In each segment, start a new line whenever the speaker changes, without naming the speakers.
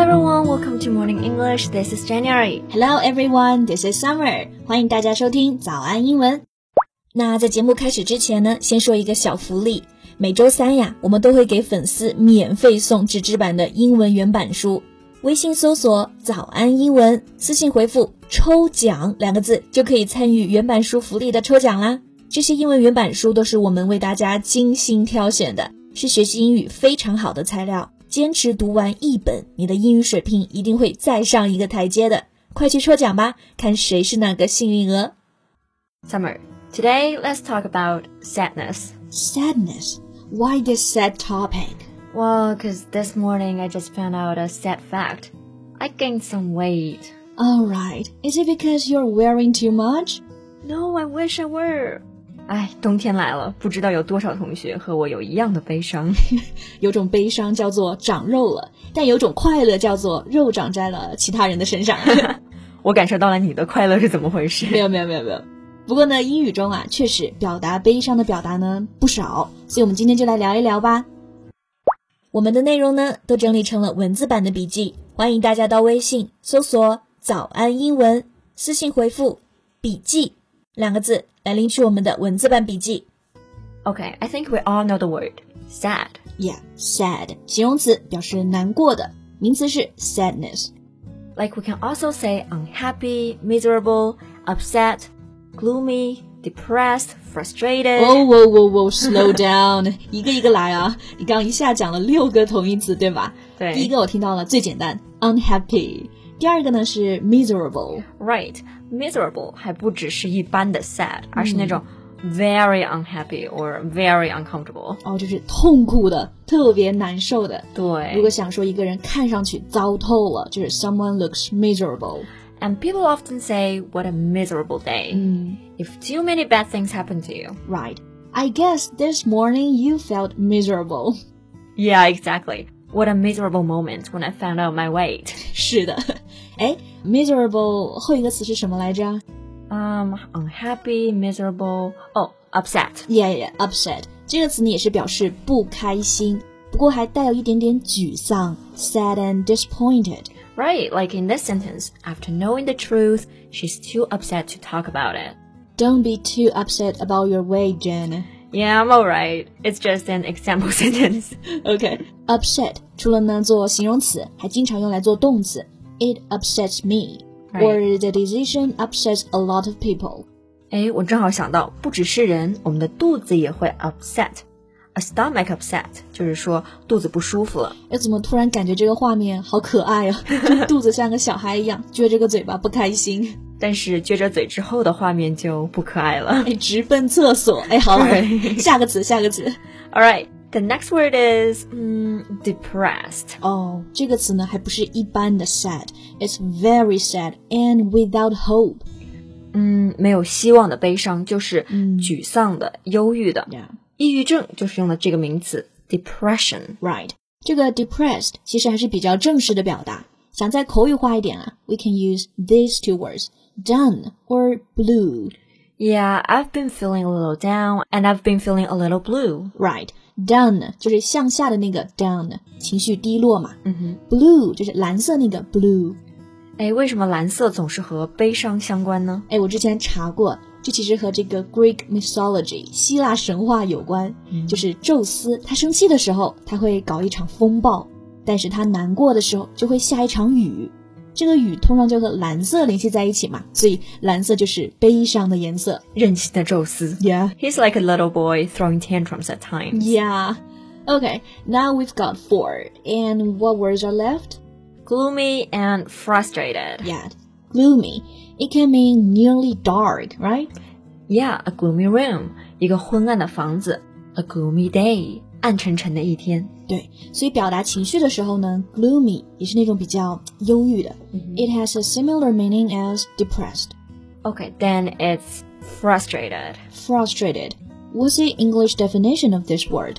welcome to Morning English. This is January.
Hello everyone, this is Summer. 欢迎大家收听早安英文。那在节目开始之前呢，先说一个小福利。每周三呀，我们都会给粉丝免费送纸质版的英文原版书。微信搜索“早安英文”，私信回复“抽奖”两个字，就可以参与原版书福利的抽奖啦。这些英文原版书都是我们为大家精心挑选的，是学习英语非常好的材料。坚持读完一本，你的英语水平一定会再上一个台阶的。快去抽奖吧，看谁是那个幸运儿。
Summer. Today, let's talk about sadness.
Sadness. Why this sad topic?
Well, because this morning I just found out a sad fact. I gained some weight.
All right. Is it because you're wearing too much?
No, I wish I were. 哎，冬天来了，不知道有多少同学和我有一样的悲伤。
有种悲伤叫做长肉了，但有种快乐叫做肉长在了其他人的身上。
我感受到了你的快乐是怎么回事？
没有没有没有没有。不过呢，英语中啊，确实表达悲伤的表达呢不少，所以我们今天就来聊一聊吧。我们的内容呢都整理成了文字版的笔记，欢迎大家到微信搜索“早安英文”，私信回复“笔记”两个字来领取我们的文字版笔记。
Okay, I think we all know the word sad.
Yeah, sad 形容词表示难过的，名词是 sadness。
Like we can also say unhappy, miserable, upset, gloomy, depressed, frustrated.
哦哦哦哦，slow down，一 个一个来啊！你刚一下讲了六个同义词，对吧？
对
第一个我听到了最简单，unhappy。第二个呢是 miserable，
Right, miserable 还不只是一般的 sad，、而是那种 very unhappy or very uncomfortable。
哦，就是痛苦的，特别难受的。如
对
果想说一个人看上去糟透了，就是 someone looks miserable。
，and people often say what a miserable day、
嗯
if too many bad things happen to you.
，right。I guess this morning you felt miserable
Yeah, exactly. What a miserable moment when I found out my weight.
是的，哎，miserable 后一个词是什么来着
Um, unhappy, miserable. Oh, upset.
？Yeah, yeah, upset 这个词呢也是表示不开心，不过还带有一点点沮丧，sad and disappointed。
Right, like in this sentence, after knowing the truth, she's too upset to talk about it.
Don't be too upset about your weight, Jen.
Yeah, I'm alright. It's just an example sentence.
OK，upset、除了呢做形容词，还经常用来做动词。It upsets me,
Right.
or the decision upsets a lot of people.
哎，Eh, 我正好想到，不只是人，我们的肚子也会 upset。A stomach upset 就是说肚子不舒服了。
哎，怎么突然感觉这个画面好可爱啊？ 就肚子像个小孩一样， 撅着个嘴巴不开 心，
但是撅着嘴之后的画面就不可爱了。
哎，直奔厕所。哎，好了
Right.，
下个词，下个词。
All right, the next word is 嗯 depressed.
哦，这个词呢还不是一般的 sad, it's very sad and without hope.
嗯，Mm, 没有希望的悲伤就是
嗯
沮丧的、忧郁的。
Yeah.
抑郁症就是用了这个名词 depression。
Right，这个 depressed 其实还是比较正式的表达。想再口语化一点啊，we can use these two words: done or blue.
Yeah, I've been feeling a little down and I've been feeling a little blue.
Right, done 就是向下的那个 down，情绪低落嘛。
嗯哼，
Blue 就是蓝色那个 blue。
哎，为什么蓝色总是和悲伤相关呢？
哎，我之前查过，这其实和这个 Greek mythology 希腊神话有关。就是宙斯他生气的时候，他会搞一场风暴；但是他难过的时候，就会下一场雨。这个雨通常就和蓝色联系在一起嘛，所以蓝色就是悲伤的颜色。
任性的宙斯。
Yeah,
He's like a little boy throwing tantrums at times.
yeah. Okay, now we've got four, and what words are left?
Gloomy and frustrated.
Yeah, gloomy. It can mean nearly dark, right?
Yeah, a gloomy room. 一个昏暗的房子。A gloomy day. 暗沉沉的一天。
对，所以表达情绪的时候呢，gloomy 也是那种比较忧郁的。It has a similar meaning as depressed,
Okay, then it's frustrated.
frustrated. What's the English definition of this word?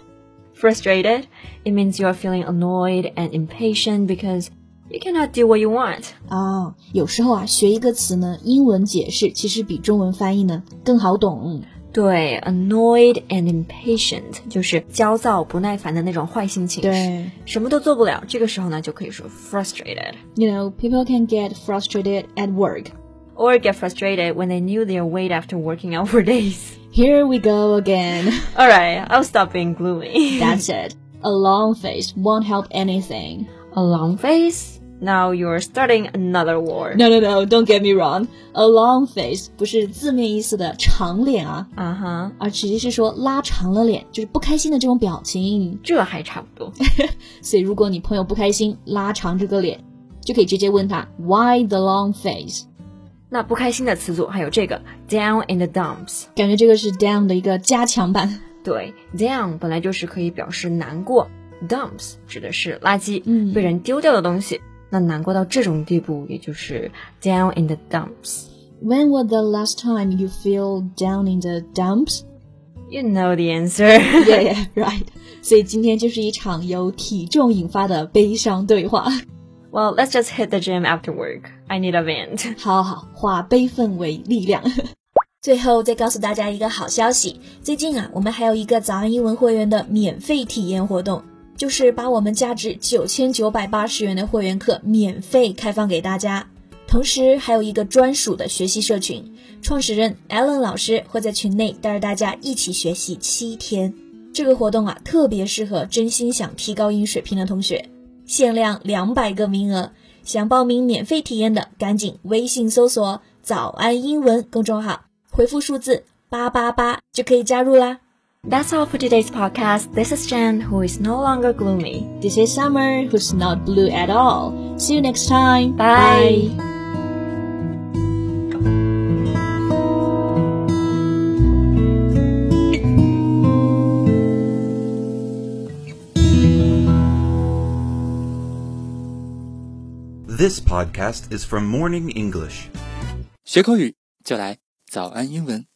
Frustrated, it means you are feeling annoyed and impatient because you cannot do what you want.
啊，有时候啊，学一个词呢，英文解释其实比中文翻译呢更好懂。
对，annoyed and impatient 就是焦躁、不耐烦的那种坏心情，，
对
什么都做不了。这个时候呢，就可以说 frustrated
，you know people can get frustrated at work.
or get frustrated when they knew their weight after working out for days.
Here we go again.
All right, I'll stop being gloomy.
That's it. A long face won't help anything.
a long face. Now you're starting another war.
No, no, no. Don't get me wrong. A long face 不是字面意思的长脸啊，
啊哈，
而实际是说拉长了脸，就是不开心的这种表情。
这还差不多。
所以如果你朋友不开心，拉长这个脸，就可以直接问他 Why the long face？
那不开心的词组还有这个 down in the dumps。
感觉这个是 down 的一个加强版。
对，down 本来就是可以表示难过，dumps 指的是垃圾，
嗯
被人丢掉的东西。那难过到这种地步，也就是 down in the dumps。
When was the last time you feel down in the dumps?
You know the answer 。
Yeah, yeah, right. 所以今天就是一场由体重引发的悲伤对话。
Well, let's just hit the gym after work. I need a vent.
好好，化悲愤为力量。 最后再告诉大家一个好消息，最近啊，我们还有一个早安英文会员的免费体验活动，就是把我们价值九千九百八十元的会员课免费开放给大家。同时还有一个专属的学习社群，创始人 Allen 老师会在群内带着大家一起学习七天。这个活动啊，特别适合真心想提高英语水平的同学，限量两百个名额。想报名免费体验的，赶紧微信搜索“早安英文”公众号，回复数字八八八就可以加入啦。
That's all for today's podcast. This is Jen, who is no longer gloomy.
This is Summer, who's not blue at all. See you next time.
Bye.
This podcast is from Morning English.
学口语就来早安英文。